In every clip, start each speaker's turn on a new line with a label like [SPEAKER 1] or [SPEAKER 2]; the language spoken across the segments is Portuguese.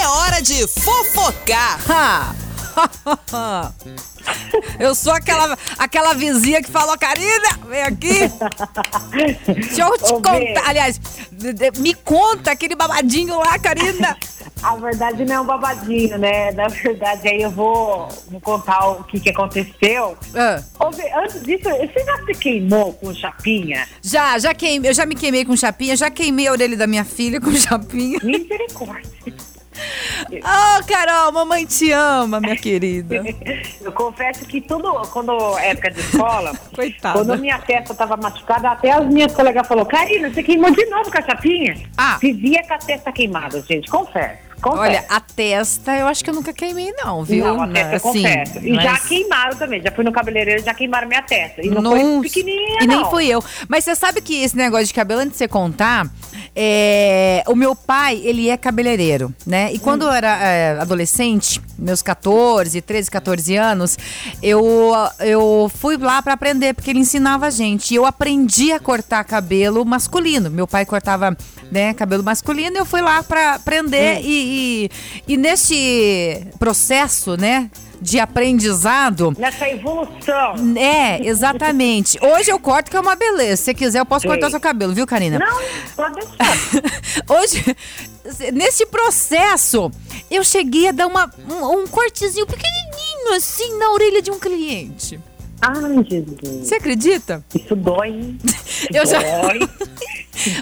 [SPEAKER 1] é hora de fofocar.
[SPEAKER 2] Ah. Eu sou aquela, aquela vizinha que falou, Karina, vem aqui. Deixa eu te
[SPEAKER 3] Ô, Bê.
[SPEAKER 2] contar. Aliás, de- de- me conta aquele babadinho lá, Karina.
[SPEAKER 3] A verdade não é um babadinho, né? Na verdade, aí eu vou, vou contar o que, que aconteceu.
[SPEAKER 2] Ah,
[SPEAKER 3] Ô, Bê, antes disso, você já se queimou com chapinha?
[SPEAKER 2] já, já queimei. Eu já me queimei com chapinha, já queimei a orelha da minha filha com chapinha.
[SPEAKER 3] Misericórdia.
[SPEAKER 2] Oh, Carol, mamãe te ama, minha querida.
[SPEAKER 3] Eu confesso que tudo, quando é época de escola,
[SPEAKER 2] Coitada.
[SPEAKER 3] quando minha testa estava machucada, até as minhas colegas falaram, Karina, você queimou de novo com a chapinha?
[SPEAKER 2] Ah.
[SPEAKER 3] Vivia com a testa queimada, gente, confesso. confesso.
[SPEAKER 2] Olha, a testa eu acho que eu nunca queimei, não, viu?
[SPEAKER 3] Não, a testa eu
[SPEAKER 2] Assim,
[SPEAKER 3] confesso. E
[SPEAKER 2] mas-
[SPEAKER 3] já queimaram também. Já fui no cabeleireiro e já queimaram minha testa. E não
[SPEAKER 2] Nossa.
[SPEAKER 3] foi pequenininha,
[SPEAKER 2] E
[SPEAKER 3] não.
[SPEAKER 2] nem fui eu. Mas você sabe que esse negócio de cabelo, antes de você contar, é, o meu pai, ele é cabeleireiro, né? E
[SPEAKER 3] Hum.
[SPEAKER 2] quando eu era é, adolescente, meus 14, 13, 14 anos, eu, eu fui lá pra aprender, porque ele ensinava a gente. E eu aprendi a cortar cabelo masculino. Meu pai cortava né, cabelo masculino, e eu fui lá pra
[SPEAKER 3] Hum.
[SPEAKER 2] aprender. E, e, e neste processo, né, de aprendizado,
[SPEAKER 3] Nessa evolução.
[SPEAKER 2] é, exatamente. Hoje eu corto que é uma beleza. Se você quiser, eu posso
[SPEAKER 3] Sei.
[SPEAKER 2] cortar seu cabelo, viu, Karina?
[SPEAKER 3] Não, pode deixar.
[SPEAKER 2] Hoje, nesse processo, eu cheguei a dar uma, um, um cortezinho pequenininho, assim, na orelha de um cliente.
[SPEAKER 3] Ai, Jesus.
[SPEAKER 2] Você acredita?
[SPEAKER 3] Isso dói, hein?
[SPEAKER 2] Eu já-
[SPEAKER 3] Dói.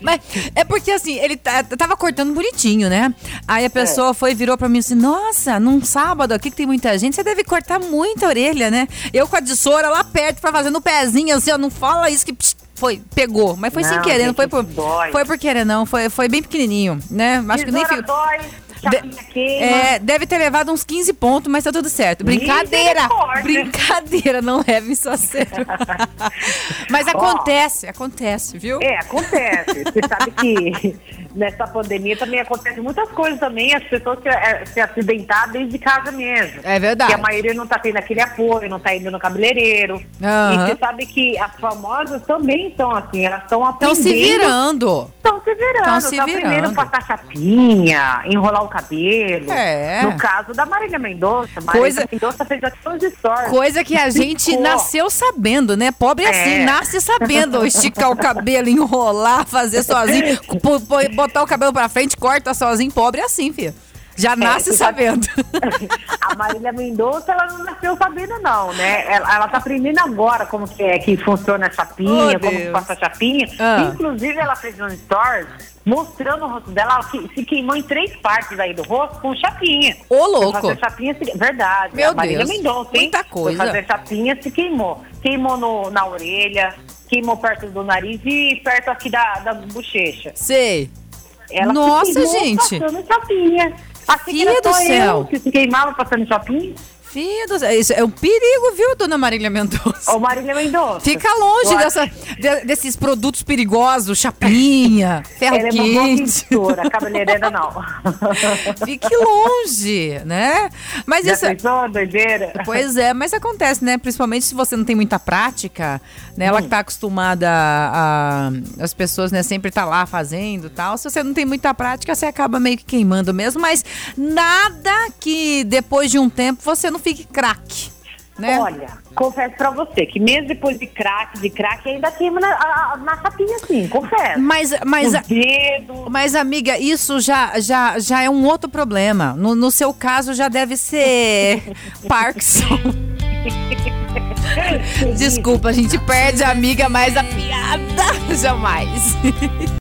[SPEAKER 2] Mas é porque assim, ele tá- tava cortando bonitinho, né?
[SPEAKER 3] É.
[SPEAKER 2] Aí a pessoa foi, virou pra mim assim: Nossa, num sábado aqui que tem muita gente, você deve cortar muita orelha, né? Eu com a dissoura lá perto pra fazer no pezinho, assim, ó, não fala isso que. pss, foi, pegou. Mas foi sem
[SPEAKER 3] Não,
[SPEAKER 2] querer, não
[SPEAKER 3] gente,
[SPEAKER 2] foi por.
[SPEAKER 3] isso dói.
[SPEAKER 2] Foi por querer, não. Foi, foi bem pequenininho, né? Acho que nem
[SPEAKER 3] Tesoura
[SPEAKER 2] fico.
[SPEAKER 3] dói, chapinha
[SPEAKER 2] De-
[SPEAKER 3] queima.
[SPEAKER 2] É, deve ter levado uns 15 pontos, mas tá tudo certo. Brincadeira!
[SPEAKER 3] Misericórdia.
[SPEAKER 2] Brincadeira, não leve isso a sério. mas acontece, acontece, viu?
[SPEAKER 3] É, acontece. Você sabe que nessa pandemia também acontece muitas coisas também, as pessoas se, eh, se acidentar desde casa mesmo.
[SPEAKER 2] É verdade.
[SPEAKER 3] Que a maioria não tá tendo aquele apoio, não tá indo no cabeleireiro.
[SPEAKER 2] Aham.
[SPEAKER 3] E você sabe que as famosas também são assim, elas estão
[SPEAKER 2] Estão
[SPEAKER 3] aprendendo.
[SPEAKER 2] se virando.
[SPEAKER 3] Estão se virando.
[SPEAKER 2] Tão se
[SPEAKER 3] tá aprendendo a
[SPEAKER 2] virando.
[SPEAKER 3] passar chapinha, enrolar o cabelo.
[SPEAKER 2] É.
[SPEAKER 3] No caso da Marília Mendonça, Marília
[SPEAKER 2] Coisa-
[SPEAKER 3] Mendonça fez ações de sorte.
[SPEAKER 2] Coisa que a gente
[SPEAKER 3] Ficou.
[SPEAKER 2] nasceu sabendo, né? Pobre é assim,
[SPEAKER 3] É.
[SPEAKER 2] nasce sabendo esticar o cabelo, enrolar, fazer sozinho, pô- pô- botar o cabelo pra frente, corta sozinho. Pobre é assim, filha. Já nasce
[SPEAKER 3] você sabe-
[SPEAKER 2] sabendo.
[SPEAKER 3] A Marília Mendonça, ela não nasceu sabendo, não, né? Ela, ela tá aprendendo agora como que é que funciona a chapinha,
[SPEAKER 2] Oh,
[SPEAKER 3] como que
[SPEAKER 2] Deus.
[SPEAKER 3] passa a chapinha.
[SPEAKER 2] Ah.
[SPEAKER 3] Inclusive, ela fez um stories mostrando o rosto dela, ela que- se queimou em três partes aí do rosto com chapinha.
[SPEAKER 2] Ô,
[SPEAKER 3] Foi
[SPEAKER 2] louco.
[SPEAKER 3] fazer chapinha, se... verdade.
[SPEAKER 2] Meu
[SPEAKER 3] a Marília
[SPEAKER 2] Deus,
[SPEAKER 3] Mendonça, hein?
[SPEAKER 2] muita coisa.
[SPEAKER 3] Foi fazer chapinha, se queimou. Queimou no- na orelha, queimou perto do nariz e perto aqui da, da bochecha.
[SPEAKER 2] Sei.
[SPEAKER 3] Ela se
[SPEAKER 2] Nossa,
[SPEAKER 3] queimou
[SPEAKER 2] gente.
[SPEAKER 3] Passando chapinha. Achei que
[SPEAKER 2] Filha
[SPEAKER 3] era
[SPEAKER 2] do
[SPEAKER 3] só eu
[SPEAKER 2] céu.
[SPEAKER 3] Que se queimava passando chapinha.
[SPEAKER 2] Filho do céu, Isso é um perigo, viu, dona Marília Mendonça?
[SPEAKER 3] Ô, Marília Mendonça.
[SPEAKER 2] Fica longe
[SPEAKER 3] eu
[SPEAKER 2] dessa, de- desses produtos perigosos, chapinha, ferro
[SPEAKER 3] Ela é uma boa
[SPEAKER 2] quente.
[SPEAKER 3] pintora, cabeleireira não.
[SPEAKER 2] Fique longe, né? Mas
[SPEAKER 3] Já
[SPEAKER 2] isso,
[SPEAKER 3] pensou, doideira?
[SPEAKER 2] Pois é, mas acontece, né? Principalmente se você não tem muita prática, né? Ela que tá acostumada a, a- As pessoas, né, sempre tá lá fazendo e tal. Se você não tem muita prática, você acaba meio que queimando mesmo. Mas nada que depois de um tempo você não fique craque, né?
[SPEAKER 3] Olha, confesso pra você que mesmo depois de crack, de crack, ainda queima na, a- a- na chapinha, assim, confesso.
[SPEAKER 2] Mas, mas,
[SPEAKER 3] Os dedos.
[SPEAKER 2] mas, amiga, isso já, já, já é um outro problema. No, no seu caso, já deve ser Parkinson. Desculpa, a gente perde a amiga, mas a piada jamais.